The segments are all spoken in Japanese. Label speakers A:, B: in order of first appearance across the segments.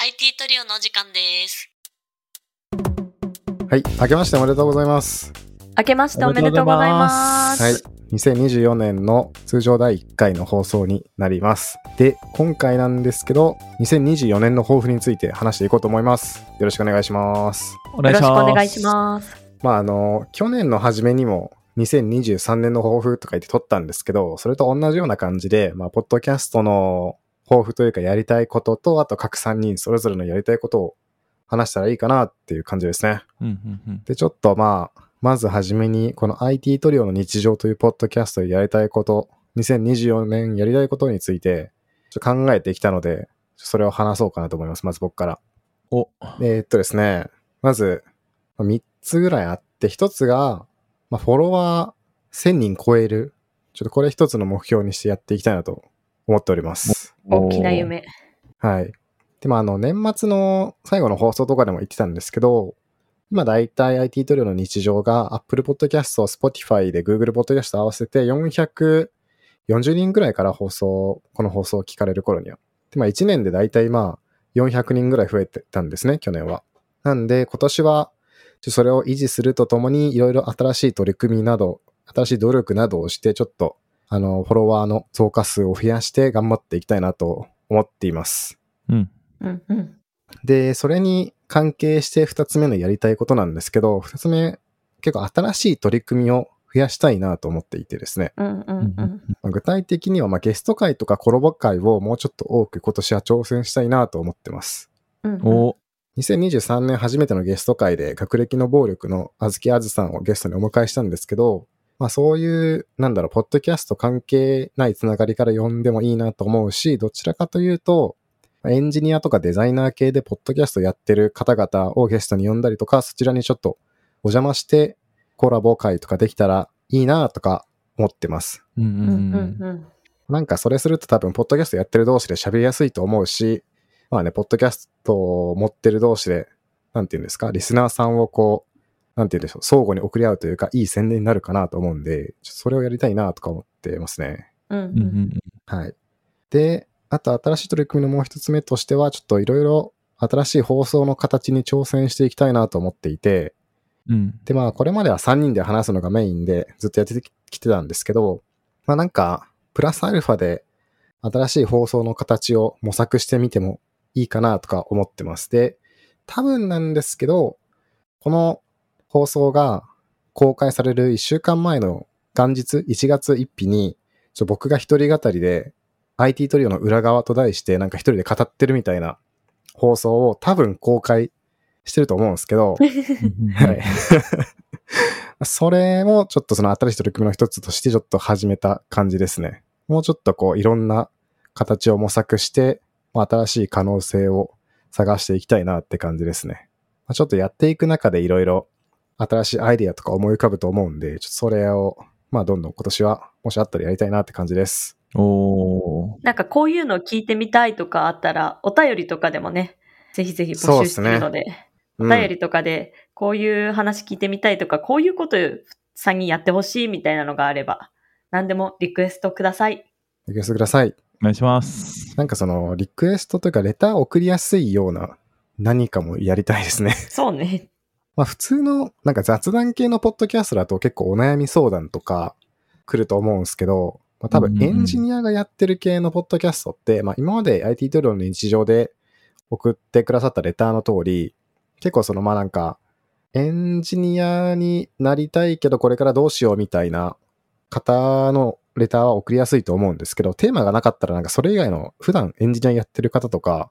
A: IT トリオのお時間です。
B: はい、明けましておめでとうございます。
C: 明けましておめでとうございます。
B: はい、2024年の通常第1回の放送になります。で、今回なんですけど、2024年の抱負について話していこうと思います。よろしくお願いします。
D: お
C: よろしくお願いします。
B: まあ、あの、去年の初めにも、2023年の抱負とか言って撮ったんですけど、それと同じような感じで、まあ、ポッドキャストの抱負というか、やりたいことと、あと各3人それぞれのやりたいことを話したらいいかなっていう感じですね。
D: うんうんうん。
B: で、ちょっとまあ、まずはじめに、この IT トリオの日常というポッドキャストでやりたいこと、2024年やりたいことについてちょっと考えてきたので、それを話そうかなと思います。まず僕から。
D: お、
B: えーっとですね、まずまあ3つぐらいあって、1つが、まあ、フォロワー1000人超える。ちょっとこれ1つの目標にしてやっていきたいなと思っております。
C: 大きな夢。
B: はい。でもあの、年末の最後の放送とかでも言ってたんですけど、今だいたい IT トリオの日常が Apple Podcast を Spotify で Google Podcast 合わせて440人ぐらいから放送、この放送を聞かれる頃には。で、まあ1年でだいたいまあ400人ぐらい増えてたんですね、去年は。なんで今年はちょそれを維持するとともにいろいろ新しい取り組みなど、新しい努力などをしてちょっとあの、フォロワーの増加数を増やして頑張っていきたいなと思っています。
D: うん。
C: うんうん。
B: で、それに関係して2つ目のやりたいことなんですけど、2つ目、結構新しい取り組みを増やしたいなと思っていてですね。
C: うんうんうん。
B: まあ具体的には、まあ、ゲスト会とかコラボ会をもうちょっと多く今年は挑戦したいなと思ってます。
C: うんうん
D: お、
B: 2023年初めてのゲスト会で学歴の暴力のあずきあずさんをゲストにお迎えしたんですけど、まあそういう、なんだろう、ポッドキャスト関係ないつながりから呼んでもいいなと思うし、どちらかというと、エンジニアとかデザイナー系でポッドキャストやってる方々をゲストに呼んだりとか、そちらにちょっとお邪魔してコラボ会とかできたらいいなとか思ってます。
D: うんう
C: うん
D: ん
C: う
D: うん。
C: ん
B: なんかそれすると多分、ポッドキャストやってる同士で喋りやすいと思うし、まあね、ポッドキャストを持ってる同士で、なんていうんですか、リスナーさんをこう、なんていうんでしょう、相互に送り合うというか、いい宣伝になるかなと思うんで、ちょっとそれをやりたいなとか思ってますね。
C: うんうん
D: うんうん
B: はい。で、あと新しい取り組みのもう一つ目としては、ちょっといろいろ新しい放送の形に挑戦していきたいなと思っていて、
D: うん。
B: で、まあ、これまでは3人で話すのがメインでずっとやってきてたんですけど、まあなんか、プラスアルファで新しい放送の形を模索してみてもいいかなとか思ってます。で、多分なんですけど、この放送が公開される1週間前の元日、1月1日に、ちょ僕が一人語りで IT トリオの裏側と題してなんか一人で語ってるみたいな放送を多分公開してると思うんですけど、はい。 それもちょっとその新しい取り組みの一つとしてちょっと始めた感じですね。もうちょっとこういろんな形を模索して、まあ新しい可能性を探していきたいなって感じですね。まあ、ちょっとやっていく中でいろいろ新しいアイディアとか思い浮かぶと思うんで、ちょっとそれをまあどんどん今年はもしあったらやりたいなって感じです。
D: おー。
C: なんかこういうの聞いてみたいとかあったら、お便りとかでもね、ぜひぜひ
B: そう
C: 募
B: っ
C: 集
B: す
C: して
B: ね
C: るので、
B: う
C: お
B: ん
C: 便りとかで、こういう話聞いてみたいとか、こういうことさんにやってほしいみたいなのがあれば、何でもリクエストください。
B: リクエストください。
D: お願いします。
B: なんかそのリクエストというかレターを送りやすいような何かもやりたいですね。
C: そうね。
B: まあ普通のなんか雑談系のポッドキャストだと結構お悩み相談とか来ると思うんですけど、まあ、多
D: う
B: 分
D: んうん
B: エ
D: うん
B: ンジニアがやってる系のポッドキャストって、まあ今まで IT トリオの日常で送ってくださったレターの通り、結構そのまあなんかエンジニアになりたいけどこれからどうしようみたいな方のレターは送りやすいと思うんですけど、テーマがなかったらなんかそれ以外の普段エンジニアやってる方とか、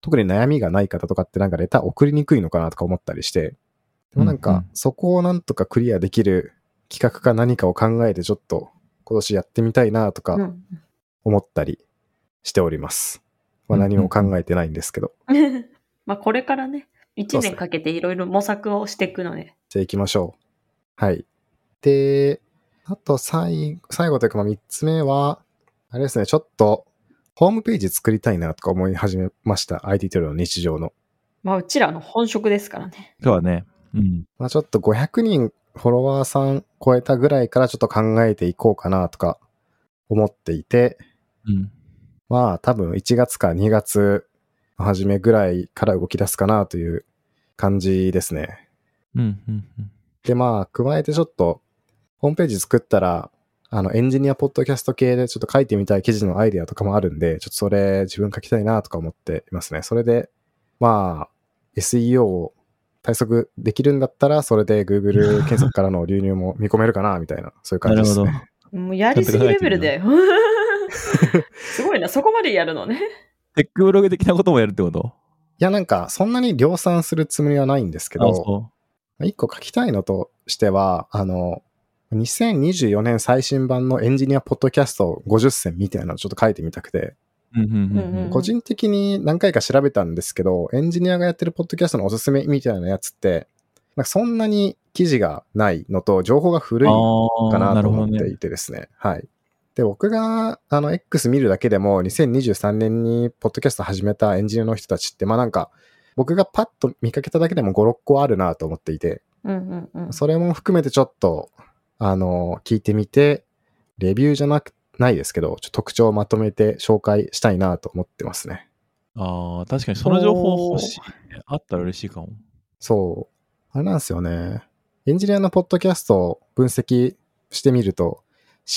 B: 特に悩みがない方とかってなんかレター送りにくいのかなとか思ったりして、でもなん
D: うんう
B: か
D: ん
B: そこをなんとかクリアできる企画か何かを考えてちょっと今年やってみたいなと
C: う
B: か
C: ん。
B: 思ったりしております。まあ
D: うんうん
B: 何も考えてないんですけど。
C: まあこれからね、
B: そう
C: 1
B: っすね
C: 年かけていろいろ模索をしていくので、
B: じゃあ行きましょう。はい。で、あと最最後というかまあ3つ目は、あれですね、ちょっとホームページ作りたいなとか思い始めました。IT トリオの日常の。
C: まあうちらの本職ですからね。
D: 今日はね、うん。
B: まあ、ちょっと500人フォロワーさん超えたぐらいからちょっと考えていこうかなとか思っていて、
D: うん。
B: まあ多分1月か2月初めぐらいから動き出すかなという感じですね。
D: うんうんうん
B: で、まあ、加えてちょっと、ホームページ作ったら、あの、エンジニアポッドキャスト系でちょっと書いてみたい記事のアイデアとかもあるんで、ちょっとそれ自分書きたいなとか思っていますね。それで、まあ、SEO を対策できるんだったら、それで Google 検索からの流入も見込めるかな、みたいな、そういう
D: な
B: 感じ
D: る
B: で
D: ほ
B: す
D: ど
B: ね。。
C: もうやりすぎレベルで。すごいな、そこまでやるのね。
D: テックブログ的なこともやるってこと
B: いや、なんか、そんなに量産するつもりはないんですけど、
D: あそ
B: 一個書きたいのとしては、あの、2024年最新版のエンジニアポッドキャスト50選みたいなのをちょっと書いてみたくて、
D: う。うんうんう
C: うん
D: ん
B: 個人的に何回か調べたんですけど、エンジニアがやってるポッドキャストのおすすめみたいなやつって、なんかそんなに記事がないのと、情報が
D: う
B: 古
D: ん。
B: い
D: あ
B: かな
D: あ、な
B: と
D: るほ
B: 思
D: ど
B: って
D: ね。
B: いてですね。はい。で、僕が、あの、X 見るだけでも、2023年に、ポッドキャスト始めたエンジニアの人たちって、まあなんか、僕がパッと見かけただけでも5、6個あるなと思っていて、
C: うんうんうん。
B: それも含めてちょっと、あの、聞いてみて、レビューじゃなく、ないですけど、ちょっと特徴をまとめて紹介したいなと思ってますね。
D: ああ、確かにその情報欲しいね。あったら嬉しいかも。
B: そう。あれなんですよね。エンジニアのポッドキャストを分析してみると、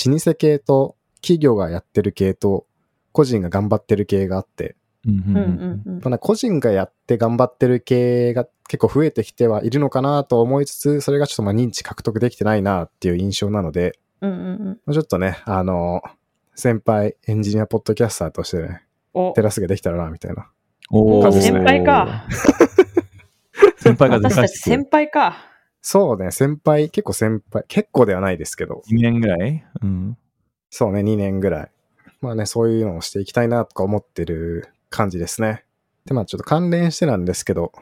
B: 老舗系と企業がやってる系と、個人が頑張ってる系があって、
D: うんう
C: うんんう
D: う
C: んんうん
B: まあ、個人がやって頑張ってる系が結構増えてきてはいるのかなと思いつつ、それがちょっとまあ認知獲得できてないなっていう印象なので、
C: うんうんうん。
B: まあちょっとね、あの、先輩エンジニアポッドキャスターとしてね、
C: お
B: テラスができたらな、みたいな。
D: おー
B: 先
C: 輩か。
D: 先輩が出
C: 私
D: さ
C: た
D: せ
C: ち
D: てくれる
C: 先輩か。
B: そうね、先輩、結構先輩、結構ではないですけど、
D: 2年ぐらいうん。
B: そうね、2年ぐらい。まあね、そういうのをしていきたいなとか思ってる感じですね。で、まあちょっと関連してなんですけど、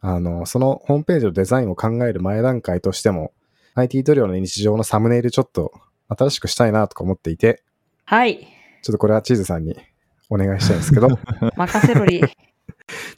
B: あの、そのホームページのデザインを考える前段階としても、IT 塗料の日常のサムネイルちょっと新しくしたいなとか思っていて、
C: はい。
B: ちょっとこれはチーズさんにお願いしたいんです けど、ちょっ
C: 任せろり。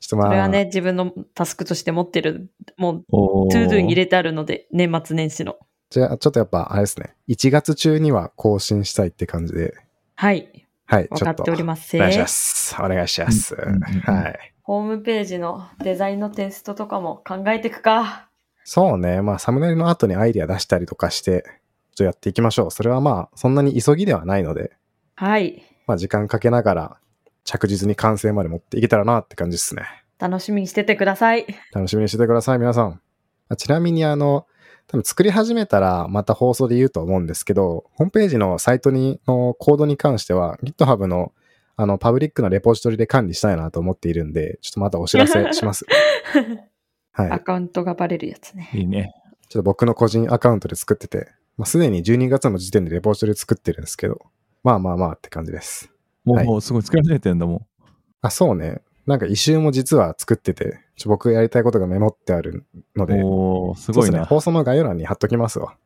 B: とまあ、
C: それはね、自分のタスクとして持ってる、も
D: お
C: う、トゥードゥに入
D: れ
C: れてあるので、年末年始の。
B: じゃあちょっとやっぱあれですね、1月中には更新したいって感じで、
C: はい。
B: はい、
C: わ
B: ちょ
C: か
B: っ
C: っ
B: と
C: ております。
B: お願いします。お願いします。
D: うんうんうん
B: はい。
C: ホームページのデザインのテストとかも考えていくか。
B: そうね。まあ、サムネイルの後にアイディア出したりとかして、ちょっとやっていきましょう。それはまあ、そんなに急ぎではないので、
C: はい。
B: まあ、時間かけながら、着実に完成まで持っていけたらなって感じですね。
C: 楽しみにしててください。
B: 楽しみにしててください、皆さん。あちなみに、あの、多分作り始めたら、また放送で言うと思うんですけど、ホームページのサイトに、のコードに関しては、GitHub の、あの、パブリックなレポジトリで管理したいなと思っているんで、ちょっとまたお知らせし ます。はい。
C: アカウントがバレるやつね。
D: いいね。
B: ちょっと僕の個人アカウントで作ってて、まあ、すでに12月の時点でレポートで作ってるんですけど、まあまあまあって感じです。
D: もう、
B: はい
D: もうすごい作られてんだもん。
B: あ、そうね。なんか一周も実は作ってて、ちょ僕やりたいことがメモってあるので、
D: おおす
B: そう
D: ご
B: です
D: い
B: ね。
D: な。
B: 放送の概要欄に貼っときますわ。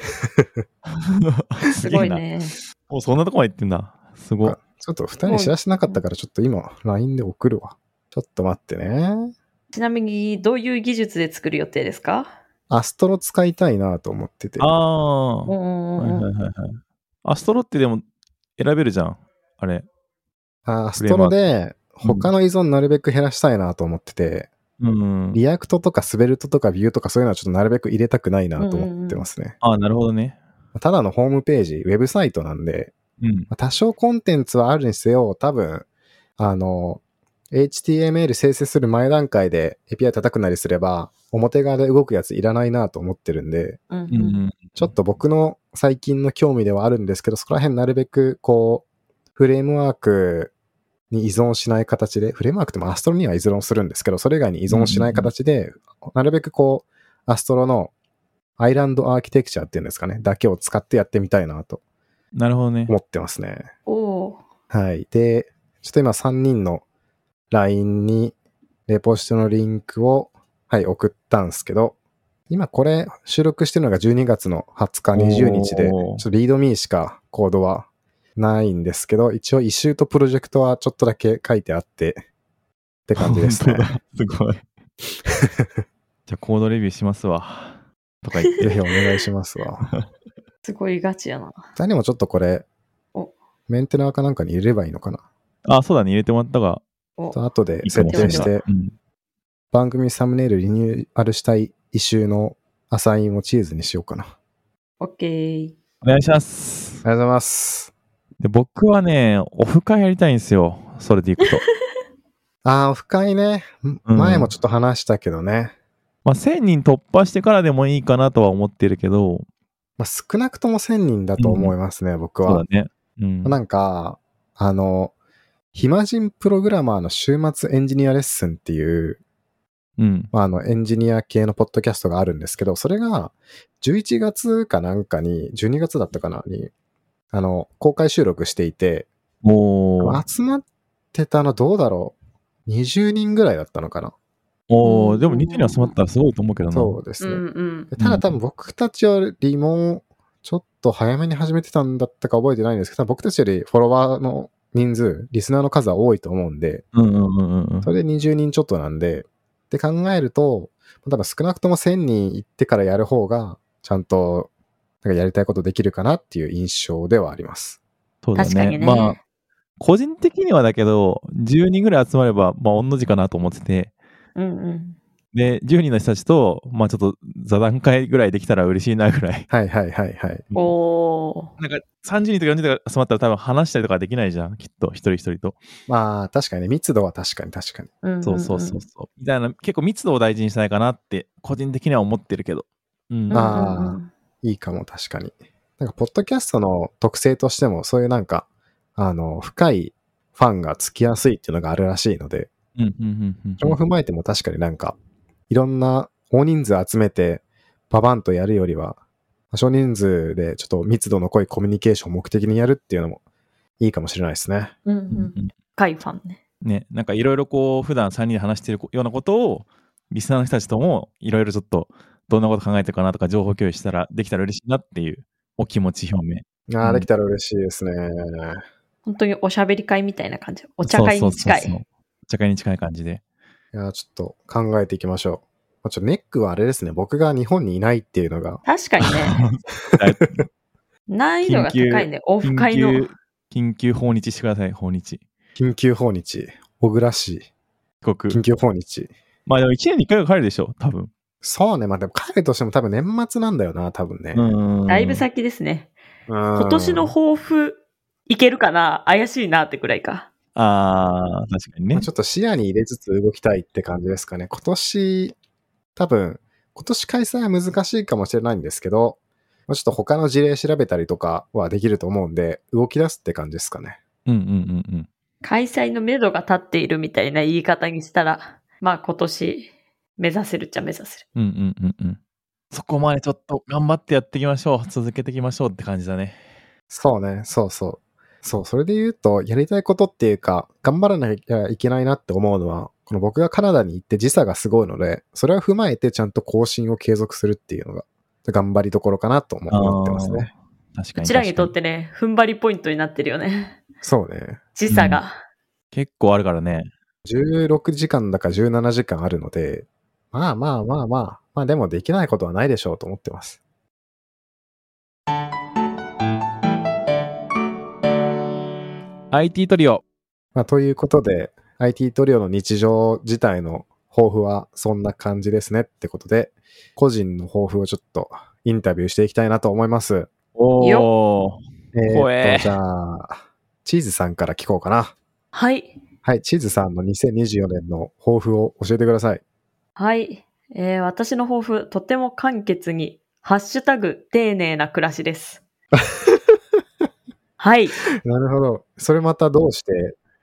C: す
D: すげ
C: ご
D: え
C: い
D: な。
C: ね。
D: もうそんなとこまで行ってんだ。すごい
B: あ。ちょっと二人に知らせてなかったから、ちょっと今 LINE で送るわ。ちょっと待ってね。
C: ちなみに、どういう技術で作る予定ですか
B: アストロ使いたいなと思ってて。
D: ああ、は
C: うん
D: い
C: うん
D: は
C: う
D: い
C: ん
D: はいはい。アストロってでも選べるじゃん。あれ。
B: あアストロで
D: フレームワーク
B: 他の依存なるべく減らしたいなと思ってて、
D: うん。
B: リアクトとかスベルトとかビューとかそういうのはちょっとなるべく入れたくないなと思ってますね。
D: ああ、なるほどね。
B: ただのホームページ、ウェブサイトなんで、
D: うん。
B: まあ多少コンテンツはあるにせよ、多分、あの、HTML 生成する前段階で API 叩くなりすれば、表側で動くやついらないなと思ってるんで、
C: うん
D: う
C: うん
D: ん。
B: ちょっと僕の最近の興味ではあるんですけど、そこら辺なるべくこう、フレームワークに依存しない形で、フレームワークってもアストロには依存するんですけど、それ以外に依存しない形で、なるべくこう、アストロのアイランドアーキテクチャっていうんですかね、だけを使ってやってみたいなと
D: なるほどね。
B: 思ってますね。
C: おお
B: はい。で、ちょっと今3人の LINE にレポストのリンクを、はい、送ったんですけど、今これ収録してるのが12月の20日、20日で、ちょ
D: おー
B: っとリードミーしかコードはないんですけど、一応イシューとプロジェクトはちょっとだけ書いてあって、って感じです ね
D: 本。当だすごい。じゃあ、コードレビューしますわ。とか言っ
B: ぜひ
D: て。
B: お願いしますわ。
C: すごいガチやな。
B: 二人もちょっとこれ
C: お、
B: メンテナーかなんかに入れればいいのかな。
D: あ、そうだね。入れてもらったが
C: お
B: と後で
D: いいと
B: 設
D: 思う
B: 定して、
D: うん
B: 番組サムネイルリニューアルしたい異臭のアサインをチーズにしようかな。あり
C: オッケー。
D: お願いします
B: が。とうございます。
D: で僕はね、オフ会やりたいんですよ。それでい くと。
B: ああ、深いね。
D: うん
B: 前もちょっと話したけどね。
D: まあ、1000人突破してからでもいいかなとは思ってるけど、
B: まあ、少なくとも1000人だと思いますね、僕
D: そう
B: は
D: だ。ね。うん。
B: なんか、あの、暇人プログラマーの週末エンジニアレッスンっていう、
D: うん。
B: まあ、あの、エンジニア系のポッドキャストがあるんですけど、それが、11月かなんかに、12月だったかな、に、あの、公開収録していて、
D: おー。
B: 集まってたのどうだろう ?20 人ぐらいだったのかな、
D: お
C: う
D: ー。
C: ん
D: でも2人集まったらすごいと思うけどな。
B: そうです
C: う
B: ね。
C: んうん。
B: でただ多分僕たちよりも、ちょっと早めに始めてたんだったか覚えてないんですけど、多分僕たちよりフォロワーの人数、リスナーの数は多いと思うんで、
D: うんうんうんうんうん。
B: それで20人ちょっとなんで、って考えると、多分少なくとも1000人行ってからやる方が、ちゃんと、なんかやりたいことできるかなっていう印象ではあります。
D: そうだ
C: 確かに
D: ね。
C: ね
D: まあ、個人的にはだけど、10人ぐらい集まれば、まあ、同じかなと思ってて、
C: うんうん。
D: で、10人の人たちと、まあ、ちょっと座談会ぐらいできたら嬉しいなぐらい。
B: はいはいはいはい。
C: おー。
D: なんか、30人とか40人とか集まったら多分話したりとかできないじゃん、きっと、一人一人と。
B: まあ確かにね、密度は確かに確かに。
C: うんんん
D: そうそうそうそう。みたいな、結構密度を大事にしたいかなって、個人的には思ってるけど。うん。
C: うんうんうん。
D: まあ
B: あいいかも確かに。なんか、ポッドキャストの特性としても、そういうなんか、あの、深いファンがつきやすいっていうのがあるらしいので、
D: うんうんうんうん
B: それも踏まえても確かになんか、いろんな大人数集めて、ババンとやるよりは、少人数でちょっと密度の濃いコミュニケーションを目的にやるっていうのもいいかもしれないですね。
C: うんう
D: うんうんん。うん
C: カイファンね。
D: ね、なんかいろいろこう、普段3人で話してるようなことを、リスナーの人たちともいろいろちょっと、どんなこと考えてるかなとか、情報共有したら、できたら嬉しいなっていう、お気持ち表明。
B: あ
D: う
B: あ、
D: ん
B: できたら嬉しいですね。
C: 本当におしゃべり会みたいな感じ。お茶会に近
D: そうそうそうそう
C: い。
D: お茶会に近い感じで。
B: いやー、ちょっと考えていきましょう。まあちょっとネックはあれですね。僕が日本にいないっていうのが、
C: 確かにね。難易度が高いね。オフ
D: 緊
C: 会
D: 急
C: の。、
D: 緊急訪日してください、訪日。
B: 緊急訪日、小倉市、
D: 帰
B: 緊
D: 国。
B: 急訪日。
D: まあでも1年に1回は帰るでしょ、多分。
B: そうね。まあ、でも帰るとしても多分年末なんだよな、多分ね。
D: うん
C: だいぶ先ですね。
B: 今
C: 今年の抱負、いけるかな怪しいなってくらいか。
D: ああ、確かにね
B: ち。ょっと視野に入れつつ動きたいって感じですかね。今年、多分、今年開催は難しいかもしれないんですけど、まあちょっと他の事例調べたりとかはできると思うんで、動き出すって感じですかね。
D: うんうんうんうん。
C: 開催の目処が立っているみたいな言い方にしたら、まあ今年、目指せるっちゃ目指せる。
D: うんうんうんうん。そこまでちょっと頑張ってやっていきましょう。続けていきましょうって感じだね。
B: そうね、そうそう。そう、それで言うと、やりたいことっていうか、頑張らなきゃいけないなって思うのは、この僕がカナダに行って時差がすごいので、それを踏まえてちゃんと更新を継続するっていうのが、頑張りどころかなと思思ってますね。
D: あー。確か
C: う
D: に。
C: ちらにとっ
D: 確か
C: てね、踏ん張りポイントになってるよね。
B: そうね。
C: 時差が。
D: 結構あるからね。
B: 16時間だか17時間あるので、まあまあまあまあ、まあでもできないことはないでしょうと思ってます。
D: IT トリオ。
B: まあということで、IT トリオの日常自体の抱負はそんな感じですねってことで、個人の抱負をちょっとインタビューしていきたいなと思います。
D: お
B: え
D: ー。
B: ーっと
D: 怖え
B: じゃあ、チーズさんから聞こうかな。
C: はい。
B: はい、チーズさんの2024年の抱負を教えてください。
C: はい。えー私の抱負、とても簡潔に、ハッシュタグ、丁寧な暮らし です。はい。
B: なるほど。それまたどうして、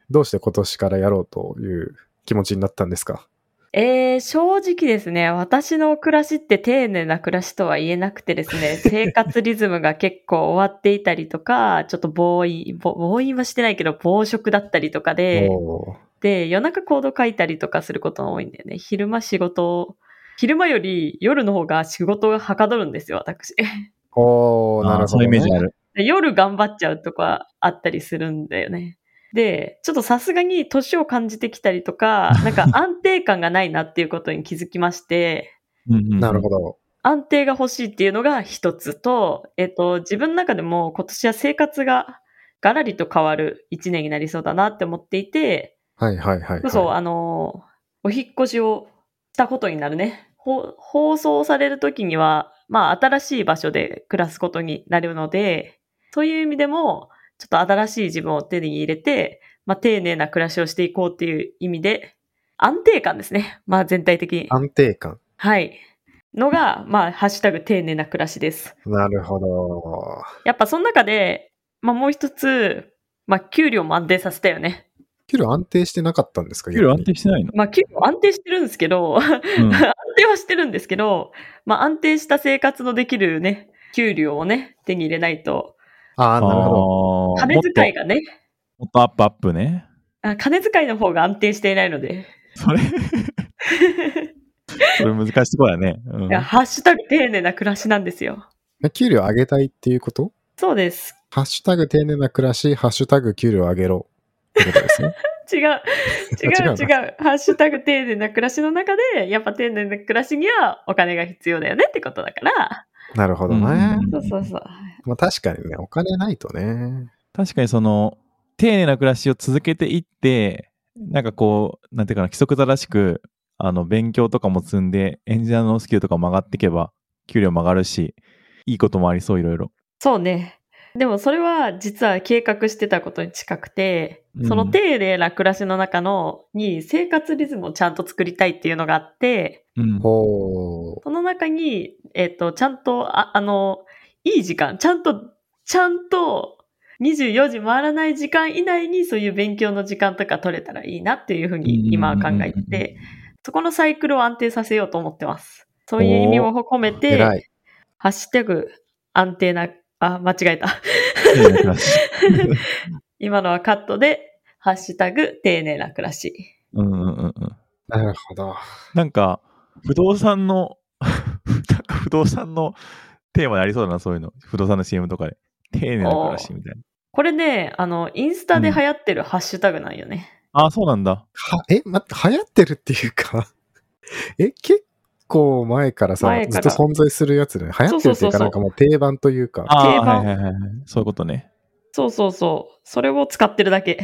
B: どうして今年からやろうという気持ちになったんですか
C: えー正直ですね、私の暮らしって丁寧な暮らしとは言えなくてで すね、生活リズムが結構終わっていたりとか、ちょっと暴飲、ぼ暴飲はしてないけど、暴食だったりとかで、
B: おー
C: で、夜中コード書いたりとかすることが多いんだよね。昼間仕事を、昼間より夜の方が仕事がはかどるんですよ、私。
B: おー、なるほど、ね。
D: そういうイメージある。
C: で夜頑張っちゃうとかあったりするんだよね。で、ちょっとさすがに年を感じてきたりとか、なんか安定感がないなっていうことに気づきまして、
D: な
B: なるほ
D: ど。
B: ど。
C: 安定が欲しいっていうのが一つと、えっと、自分の中でも今年は生活がガラリと変わる一年になりそうだなって思っていて、
B: はいはいはい、はい。
C: そう、あのーお引っ越しをしたことになるね。ほ放送されるときには、まあ、新しい場所で暮らすことになるので、そういう意味でも、ちょっと新しい自分を手に入れて、まあ、丁寧な暮らしをしていこうっていう意味で、安定感ですね。まあ、全体的に。
B: 安定感。
C: はい。のが、まあ、ハッシュタグ丁寧な暮らしです。
B: なるほど。
C: やっぱその中で、まあ、もう一つ、まあ、給料も安定させたよね。
B: 給料安定してなかったんですか
D: 給料安定して ないの、
C: まあ、給料安定してるんですけど、
D: うん
C: 安定はしてるんですけど、まあ、安定した生活のできるね、給料をね、手に入れないと、
B: ああ、なるほど。
D: ほ
C: 金遣いがね、
D: もっとアップアップね。
C: あ金遣いの方が安定していないので、
D: それ、それ難しいところだね。うん
C: いやハッシュタグ丁寧な暮らしなんですよ。
B: え給料上げたいっていうこと
C: そうです。
B: ハッシュタグ丁寧な暮らし、ハッシュタグ給料上げろ。ってことですね。
C: 違う、違う、 違
B: 違う
C: う。ハッシュタグ丁寧な暮らしの中で、やっぱ丁寧な暮らしにはお金が必要だよねってことだから。
B: なるほどね。
D: うん
C: そうそうそう。
B: まあ確かにね、お金ないとね。
D: 確かにその、丁寧な暮らしを続けていって、なんかこう、なんていうかな、規則正しく、あの、勉強とかも積んで、エンジニアのスキルとかも上がっていけば、給料も上がるし、いいこともありそう、いろいろ。
C: そうね。でもそれは実は計画してたことに近くて
D: う、ん
C: その丁寧な暮らしの中のに生活リズムをちゃんと作りたいっていうのがあって、
D: うん。
B: ほう。
C: その中に、えっ、と、ちゃんと、ああの、いい時間、ちゃんと、ちゃんと24時回らない時間以内にそういう勉強の時間とか取れたらいいなっていうふうに今は考えてて、そこのサイクルを安定させようと思ってます。そういう意味も込めて、
B: 偉い。
C: ハッシュタグ安定な、あ、間違えた。
D: 丁寧な暮らし。
C: 今のはカットで、ハッシュタグ、丁寧な暮らし。
D: うんうんうんうん。
B: なるほど。
D: なんか、不動産の、なんか不動産のテーマでありそうだな、そういうの。不動産の CM とかで。丁寧な暮らしみたいな。
C: これね、あの、インスタで流行ってるハッシュタグなんよね。
D: ああ、そうなんだ。
B: は、え、待って、流行ってるっていうか、 え、結構前からさ
C: 前、
B: ず
C: か
B: っ
C: ら
B: と存在するやつね。流行ってるって
C: そうそ
B: いうう
C: そ
B: か、
C: う
B: なんかもう定番というか。
D: あ
C: 定
D: あ、
C: 番
D: はいはいはいはい。そういうことね。
C: そうそうそう。それを使ってるだけ。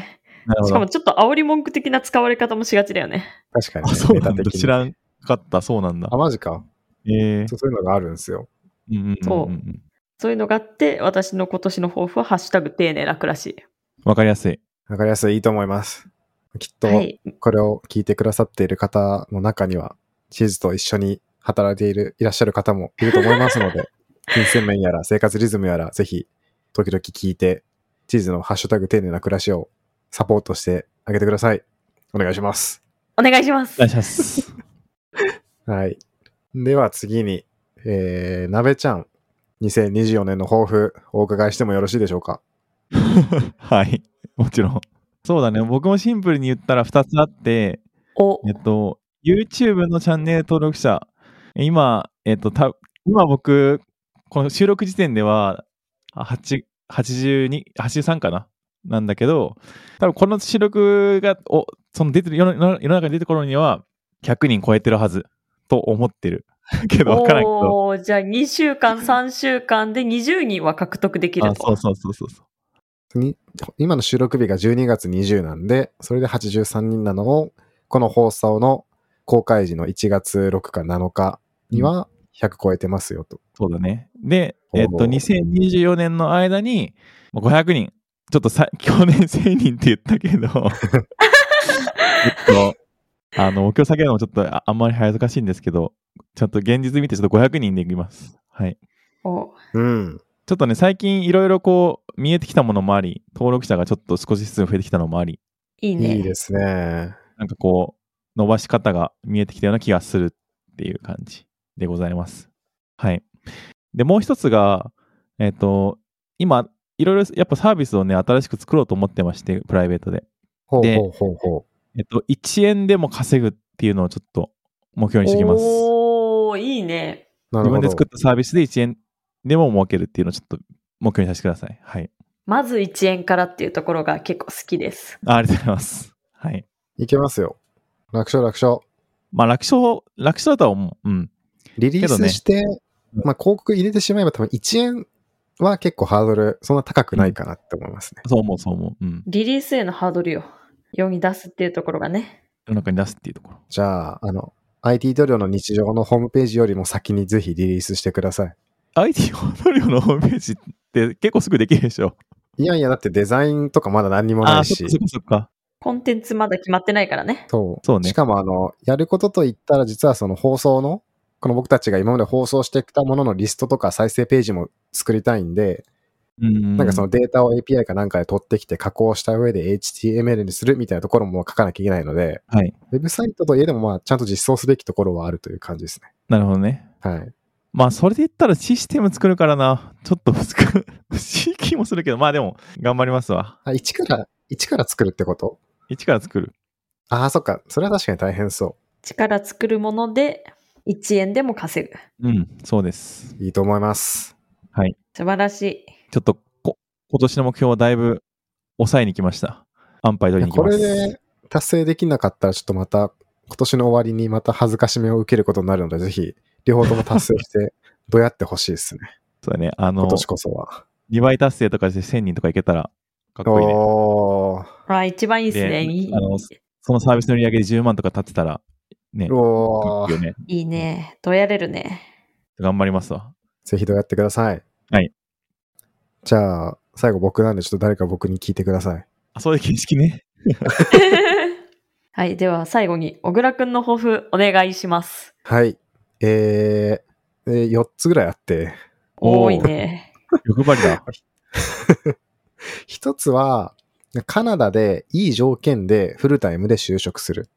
D: なるほ
C: し
D: ど
C: かも。ちょっと煽り文句的な使われ方もしがちだよね。
B: 確かに、
D: あ、
B: ね。
D: そうな
B: ネ
D: ん
B: タ
D: だ。
B: 的に
D: 知らんかった、そうなんだ
B: あ、。マジか。
D: ええ
B: そうそういうのがあるんですよ。
D: うんうんうんうん
C: そうそういうのがあって、私の今年の抱負は、ハッシュタグ、丁寧な暮らし。
D: わかりやすい。
B: わかりやすい。いいと思います。きっと、
C: はい。
B: これを聞いてくださっている方の中には、チーズと一緒に働いている、いらっしゃる方もいると思いますので、金銭面やら生活リズムやら、ぜひ、時々聞いて、チーズのハッシュタグ丁寧な暮らしをサポートしてあげてください。お願いします。
C: お願いしま
D: お願
C: す
D: い。します。
B: はい。では次に、えー、なべちゃん、2024年の抱負、お伺いしてもよろしいでしょうか
D: はい。もちろん。そうだね。僕もシンプルに言ったら2つあって、
C: お、
D: えっと、YouTube のチャンネル登録者、今、えっと、た今僕、この収録時点では、あ8 82、83かななんだけど、多分この収録が、おその出てる世の世の中に出てくる頃には、100人超えてるはずと思ってる。 けど、わからんけど。
C: おーじゃあ2週間、3週間で20人は獲得できる
D: あそ
C: と
D: う。そうそうそうそう。
B: に今の収録日が12月20なんで、それで83人なのを、この放送の公開時の1月6か7日には100超えてますよと。
D: そうだね。で、
B: おー
D: えっと、2024年の間に、もう500人。ちょっとさ、 去年1000人って言ったけど、ちょっと、 あの、お経下げるのもちょっとああんまり恥ずかしいんですけど、ちゃんと現実見てちょっと500人でいきます。はい。
C: お
B: うん。
D: ちょっとね、最近いろいろこう、見えてきたものもあり、登録者がちょっと少しずつ増えてきたのもあり、
C: いいね。
B: いいですね。
D: なんかこう、伸ばし方が見えてきたような気がするっていう感じでございます。はい。で、もう一つが、えっ、と、今、いろいろやっぱサービスをね、新しく作ろうと思ってまして、プライベートで。
B: ほう
D: で
B: ほうほうほ
D: えっ、と、1円でも稼ぐっていうのをちょっと目標にしておきます。
C: おー、いいね。
B: う。なるほ
D: 自分で
B: ど。
D: 作ったサービスで1円でも儲けるっていうのをちょっと目標にさせてください。はい。
C: まず1円からっていうところが結構好きです。
D: あありがとうございます。はい。
B: いけますよ。楽勝楽勝。
D: まあ、楽勝、楽勝だとは思う。うん。
B: リリー
D: けどね
B: スして、まあ広告入れてしまえば多分1円は結構ハードルそんな高くないかなって思いますね。
D: そう思う、そう思う。うん。
C: リリースへのハードルよ。世に出すっていうところがね。
D: 世の中に出すっていうところ。
B: じゃあ、あの、IT 塗料の日常のホームページよりも先にぜひリリースしてください。
D: IT 塗料のホームページって結構すぐできるでしょ。
B: いやいや、だってデザインとかまだ何にも
D: あ
B: な
D: あ、
B: い
D: そ
B: し
D: っか。そっかそっか。
C: コンテンツまだ決まってないからね。
B: そう。
D: そうね
B: しかも、あの、やることといったら、実はその放送の、この僕たちが今まで放送してきたもののリストとか再生ページも作りたいんで、
D: うん
B: なんかそのデータを API かなんかで取ってきて加工した上で HTML にするみたいなところも書かなきゃいけないので、
D: はい。
B: ウェブサイトといえどもまあちゃんと実装すべきところはあるという感じですね。
D: なるほどね。
B: はい。
D: まあ、それで言ったらシステム作るからな。ちょっと難しい気もするけど、まあでも、頑張りますわ。
B: あ、1から、一から作るってこと
D: 一から作る。
B: ああ、そっか。それは確かに大変そ
C: 力作るもので1円でも稼ぐ。
D: うん、そうです。
B: う。いいと思います。
C: 素晴らしい。
D: ちょっとこ、今年の目標はだいぶ抑えに来ました。安牌取りに来
B: こ
D: ます。
B: れで達成できなかったらちょっとまた今年の終わりにまた恥ずかしめを受けることになるので、ぜひ両方とも達成して どうやってほしいですね。
D: そうだね。あの
B: 今、年こそは。
D: 2倍達成とかで1000人とかいけたら、かっこいいね。
B: おー。
C: あ一番いいですね。
D: で
C: いい
D: あのそのサービスの売り上げで10万とか立ってたら、ね、かっ
B: お
D: こいい
B: ー。
D: よね。
C: いいね。どうやれる ね。
D: 頑張りますわ。
B: ぜひどうやってください。
D: はい。
B: じゃあ、最後僕なんでちょっと誰か僕に聞いてください。
D: あ、そういう形式ね。
C: はい。では最後に小倉くんの抱負お願いします。
B: はい。えー、え4つぐらいあって、
D: おー
C: 多いね。
D: 欲張りだ。
B: 1つは、カナダでいい条件でフルタイムで就職する。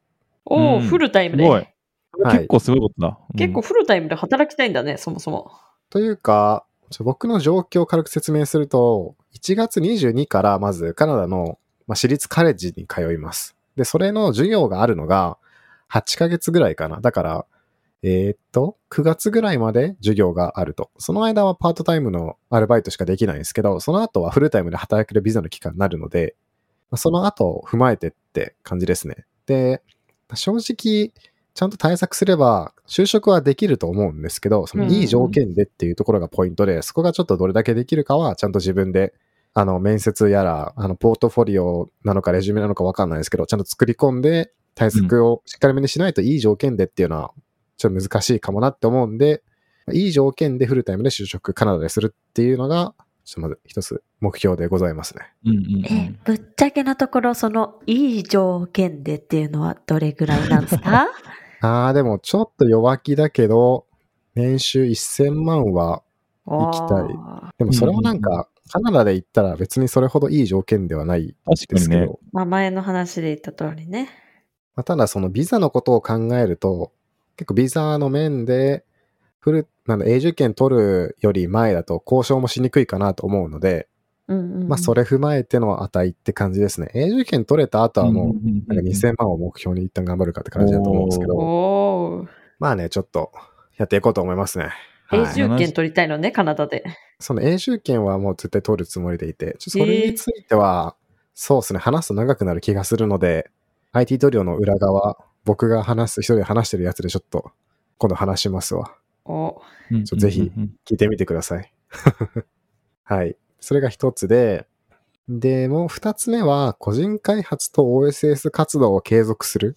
C: おお、
D: うん
C: フルタイム
D: すご
C: で。
D: い
B: はい
D: 結構すごいことだ。うん
C: 結構フルタイムで働きたいんだね、そもそも。
B: というか、ちょ僕の状況を軽く説明すると、1月22からまずカナダの、まあ、私立カレッジに通います。で、それの授業があるのが8ヶ月ぐらいかな。だから、えーっと、9月ぐらいまで授業があると。その間はパートタイムのアルバイトしかできないんですけど、その後はフルタイムで働けるビザの期間になるので、まあその後を踏まえてって感じですね。で、正直、ちゃんと対策すれば、就職はできると思うんですけど、そのいい条件でっていうところがポイントで、そこがちょっとどれだけできるかは、ちゃんと自分で、あの、面接やら、あの、ポートフォリオなのか、レジュメなのかわかんないですけど、ちゃんと作り込んで、対策をしっかりめにしないといい条件でっていうのは、ちょっと難しいかもなって思うんで、いい条件でフルタイムで就職、カナダでするっていうのが、ちょっとまず一つ目標でございますね。
D: うんうんう
C: え
D: ん、
C: ぶっちゃけなところ、その、いい条件でっていうのはどれぐらいなんです か
B: ああ、でもちょっと弱気だけど、年収1000万は、行きたい
C: い。
B: でもそれもなん
D: うんうん
B: か、カナダで行ったら別にそれほどいい条件ではない
D: 確
B: で
D: かに
B: すけど、
D: ね。
C: まあ前の話で言った通りね。
B: まあ、ただそのビザのことを考えると、結構ビザの面で、フル、なんだ、永住権取るより前だと交渉もしにくいかなと思うので、
C: うんうんうん。
B: まあそれ踏まえての値って感じですね。永住権取れた後はもう、
D: う
B: なんか2000万を目標に一旦頑張るかって感じだと思うんですけど、
C: おお。
B: まあね、ちょっとやっていこうと思いますね。はい
C: 永住権取りたいのね、カナダで。
B: その永住権はもう絶対取るつもりでいて、ちょそれについては、そうですね、話すと長くなる気がするので、IT 塗料の裏側、僕が話す、一人で話してるやつでちょっと、今度話しますわ。
C: お
D: うん
B: そうぜひ
D: うんうん
B: 聞いてみてください。 はい。それが一つで、で、もう二つ目は、個人開発と OSS 活動を継続する。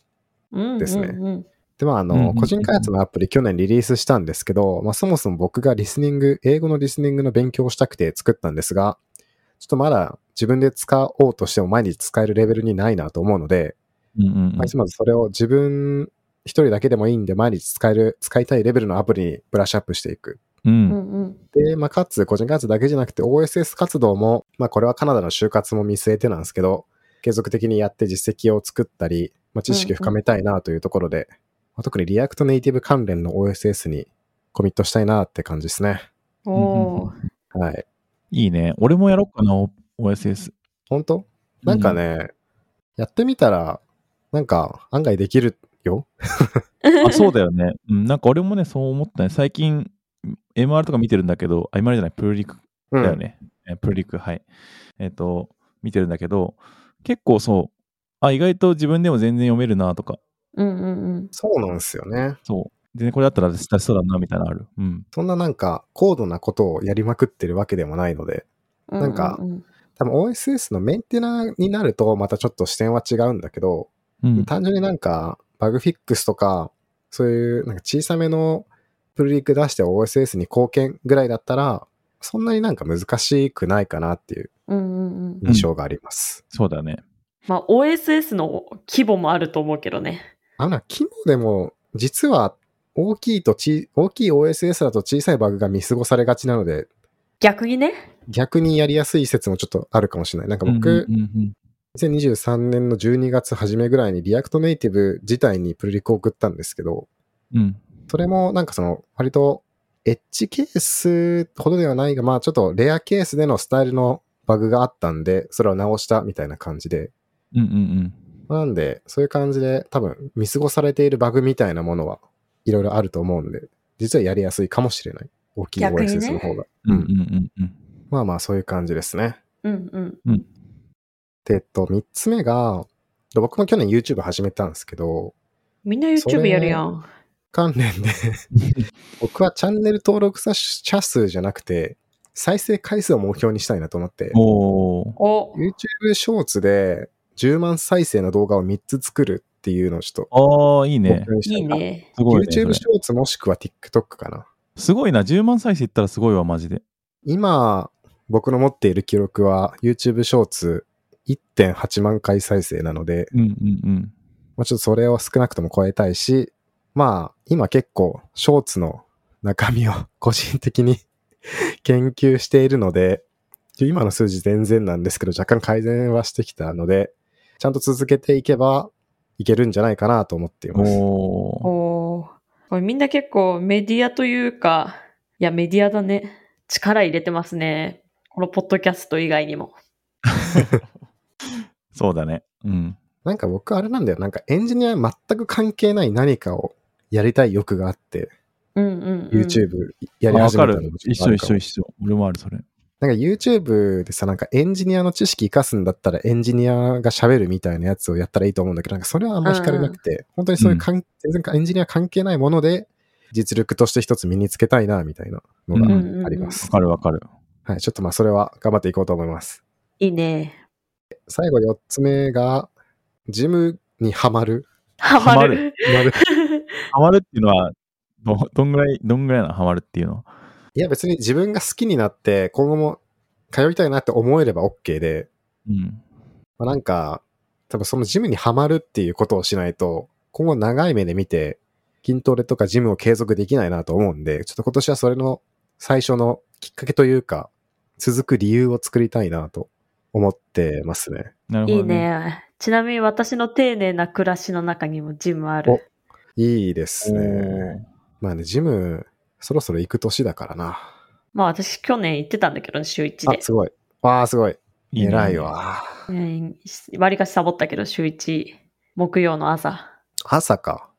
C: うんうんうん。
B: ですねで、まあ、あ
D: うんうんうん
B: の、
D: うん
B: 個人開発のアプリ去年リリースしたんですけど、まあ、そもそも僕がリスニング、英語のリスニングの勉強をしたくて作ったんですが、ちょっとまだ自分で使おうとしても毎日使えるレベルにないなと思うので、
D: うんうんうん
B: まあ、ひとまずそれを自分一人だけでもいいんで毎日使える、使いたいレベルのアプリにブラッシュアップしていく。
D: う
C: うんんうん。
B: で、まあ、かつ個人開発だけじゃなくて OSS 活動も、まあ、これはカナダの就活も見据えてなんですけど、継続的にやって実績を作ったり、まあ、知識を深めたいなというところで、まあ特にリアクトネイティブ関連の OSS にコミットしたいなって感じですね。
C: お
D: うんうんう
C: お
D: ん。
B: はい。
D: いいね。俺もやろうかな、O- OSS。
B: 本当なんかね、やってみたら、なんか案外できるよ。
D: あ、そうだよね。うん、なんか俺もね、そう思ったね。最近、MR とか見てるんだけど、あ MR じゃない、プルリク
B: う
D: だよ
B: ん。
D: ね。えプルリク、はい。えっ、と、見てるんだけど、結構そう、あ、意外と自分でも全然読めるなとか、
C: うんうんうん。
B: そうなんですよね。
D: そう。全然これだったら私出しそうだな、みたいなのある。うん。
B: そんななんか高度なことをやりまくってるわけでもないので、なんか
C: ううう
B: 多分 OSS のメンテナになるとまたちょっと視点は違うんだけど、
D: うん。
B: 単純になんかバグフィックスとか、そういうなんか小さめのプルリク出して OSS に貢献ぐらいだったら、そんなになんか難しくないかなっていう
C: うんうんうん。
B: 印象があります。
D: そうだね。
C: まあ OSS の規模もあると思うけどね。
B: あの、機能でも実は大きいとち、大きい OSS だと小さいバグが見過ごされがちなので、
C: 逆にね。
B: 逆にやりやすい説もちょっとあるかもしれない。なんか僕、
D: うんうんうん
B: 2023年の12月初めぐらいにリアクトネイティブ自体にプルリクを送ったんですけど、
D: うん。
B: それもなんかその割とエッジケースほどではないが、まあちょっとレアケースでのスタイルのバグがあったんで、それを直したみたいな感じで。
D: うんうんうん。
B: なんで、そういう感じで多分見過ごされているバグみたいなものはいろいろあると思うんで、実はやりやすいかもしれない。大きい
C: 逆にね
B: OSS の方が。
D: うんうんうんうん。
B: まあまあそういう感じですね。
C: うんうん。
B: で、えっと、3つ目が、僕も去年 YouTube 始めたんですけど、
C: みんな
B: そ
C: YouTube
B: れ
C: やるやん。
B: 関 連で僕はチャンネル登録者数じゃなくて再生回数を目標にしたいなと思って
D: おー。
C: お、
B: YouTube ショーツで10万再生の動画を3つ作るっていうのをちょっと
D: ああ、いい
B: 目
D: ね。
B: 標にした
C: いい
B: な
C: ね。
D: すごい、ね。そ
B: YouTube
D: れ
B: ショーツもしくは TikTok かな
D: すごいな。10万再生いったらすごいわ、マジで。
B: 今僕の持っている記録は YouTube ショーツ1.8万回再生なので、
D: うんうんうん。
B: まあ、ちょっとそれを少なくとも超えたいし、まあ、今結構、ショーツの中身を個人的に 研究しているので、ちょ今の数字全然なんですけど、若干改善はしてきたので、ちゃんと続けていけばいけるんじゃないかなと思っています。
D: おー。
C: おこれみんな結構メディアというか、いやメディアだね。力入れてますね。このポッドキャスト以外にも。
D: そうだね。うん。
B: なんか僕あれなんだよ。なんかエンジニア全く関係ない何かをやりたい欲があって、
C: うんうん、うん。
B: YouTube
D: あ
B: やり
D: わ
B: 始
D: か
B: めた
D: る
B: のも。ちょっ
D: 一
B: とあ
D: 緒
B: るかも
D: 一緒一緒。俺もある、それ。
B: なんか YouTube でさ、なんかエンジニアの知識活かすんだったらエンジニアが喋るみたいなやつをやったらいいと思うんだけど、なんかそれはあんま惹かれなくて、本当にそういう関全然エンジニア関係ないもので、実力として一つ身につけたいな、みたいなの
D: うん
C: うんうん
B: がありま
D: わ
B: す。
D: かるわかる。
B: はい、ちょっとまあそれは頑張っていこうと思います。
C: いいね。
B: 最後4つ目が、ジムにはまる。
C: ハマ
D: マ
C: る
D: る。
B: まる
D: ハマるっていうのは、どどんぐらい、どんぐらいなのハマるっていうのは。
B: いや別に自分が好きになって、今後も通いたいなって思えれば OK で、
D: うん。
B: まあ、なんか、多分そのジムにはまるっていうことをしないと、今後長い目で見て、筋トレとかジムを継続できないなと思うんで、ちょっと今年はそれの最初のきっかけというか、続く理由を作りたいなと思ってますね。
D: なるほど、
C: いい。ね。ちなみに私の丁寧な暮らしの中にもジムある。
B: いいです
D: お
B: ね。まあね、ジム、そろそろ行く年だからな。
C: まあ私去年行ってたんだけどね、週1
B: あ、
C: で。
B: すごい。わあ、すごい。
D: ーね
B: 偉い。わ。
C: うんわりかしサボったけど、週1、木曜の朝、
B: 朝か。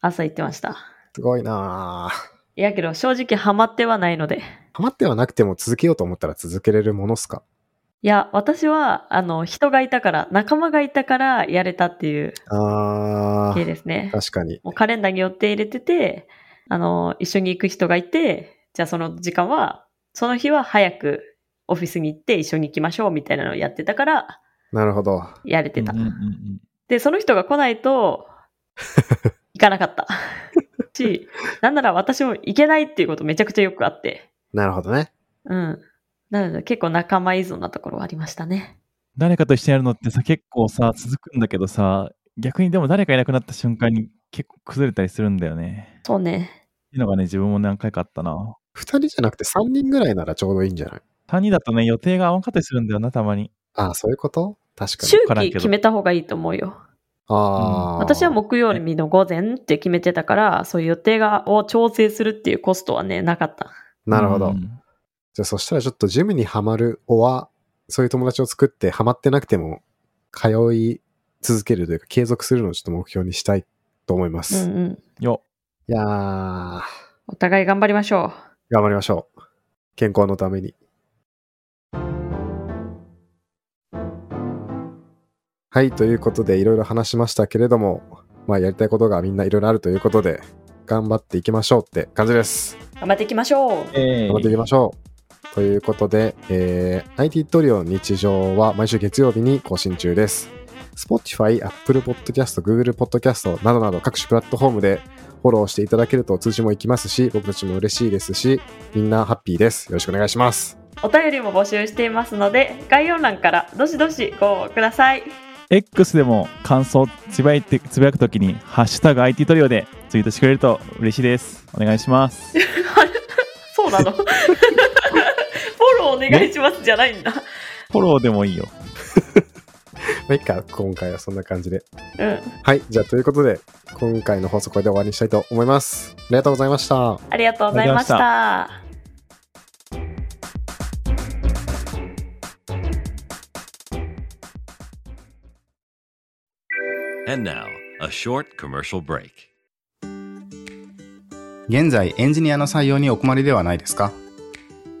C: 朝行ってました。
B: すごいなあ。
C: いやけど、正直ハマってはないので。
B: ハマってはなくても続けようと思ったら続けれるものっすか
C: いや、私は、あの、人がいたから、仲間がいたからやれたっていう
B: あ
C: 系
B: ー、
C: ですね。
B: 確かに。
C: もうカレンダーに予定入れてて、あの、一緒に行く人がいて、じゃあその時間は、その日は早くオフィスに行って一緒に行きましょうみたいなのをやってたから、
B: なるほど。
C: やれてた。
D: うんうんうん
C: で、その人が来ない と、行かなかった。し、なんなら私も行けないっていうことめちゃくちゃよくあって。
B: なるほどね。
C: うん。なので結構仲間依存なところはありましたね。
D: 誰かと一緒にやるのってさ、結構さ、続くんだけどさ、逆にでも誰かいなくなった瞬間に結構崩れたりするんだよね。
C: そうね。
D: っていうのがね、自分も何回かあったな。
B: 二人じゃなくて三人ぐらいならちょうどいいんじゃない
D: 3人だとね、予定が合わんかったりするんだよな、たまに。
B: ああ、そういうこと確かに
C: 周。
D: わからん
C: 期
D: けど
C: 決めた方がいいと思うよ。
B: ああ。
C: 私は木曜日の午前って決めてたから、そういう予定がを調整するっていうコストはね、なかった。
B: なるほ
D: う
B: ど。
D: ん
B: じゃあそしたらちょっとジムにはまるおは、そういう友達を作ってはまってなくても、通い続けるというか継続するのをちょっと目標にしたいと思いま
C: う
B: す。
C: ん
B: い
C: うん。
D: よ
B: やー、頑
C: お互い頑張りましょ
B: 張りましょう。健康のために。はい、ということでいろいろ話しましたけれども、まあやりたいことがみんないろいろあるということで、頑張っていきましょうって感じです。
C: う。頑張っていきましょう。
D: え
B: 頑張っていきましょう。ということで、えー IT トリオの日常は毎週月曜日に更新中です。Spotify、Apple Podcast、Google Podcast などなど各種プラットフォームでフォローしていただけると通知もいきますし、僕たちも嬉しいですし、みんなハッピーです。よろしくお願いします。
C: お便りも募集していますので、概要欄からどしどしご応募ください。
D: X でも感想つぶやいてつぶやくときに「ハッシュタグ #IT トリオ」でツイートしてくれると嬉しいですお願いし ます
C: そうなのフォローお願いしますじゃないんだ。
D: フォローでもいいよ
B: まあ、いっか、今回はそんな感じで。
C: うん。
B: はい、じゃあということで、今回の放送これで終わりにしたいと思います。ありがとうございました。
C: ありがとうございまし
D: あり
C: た。
E: And now, a short commercial break.
F: 現在エンジニアの採用にお困りではないですか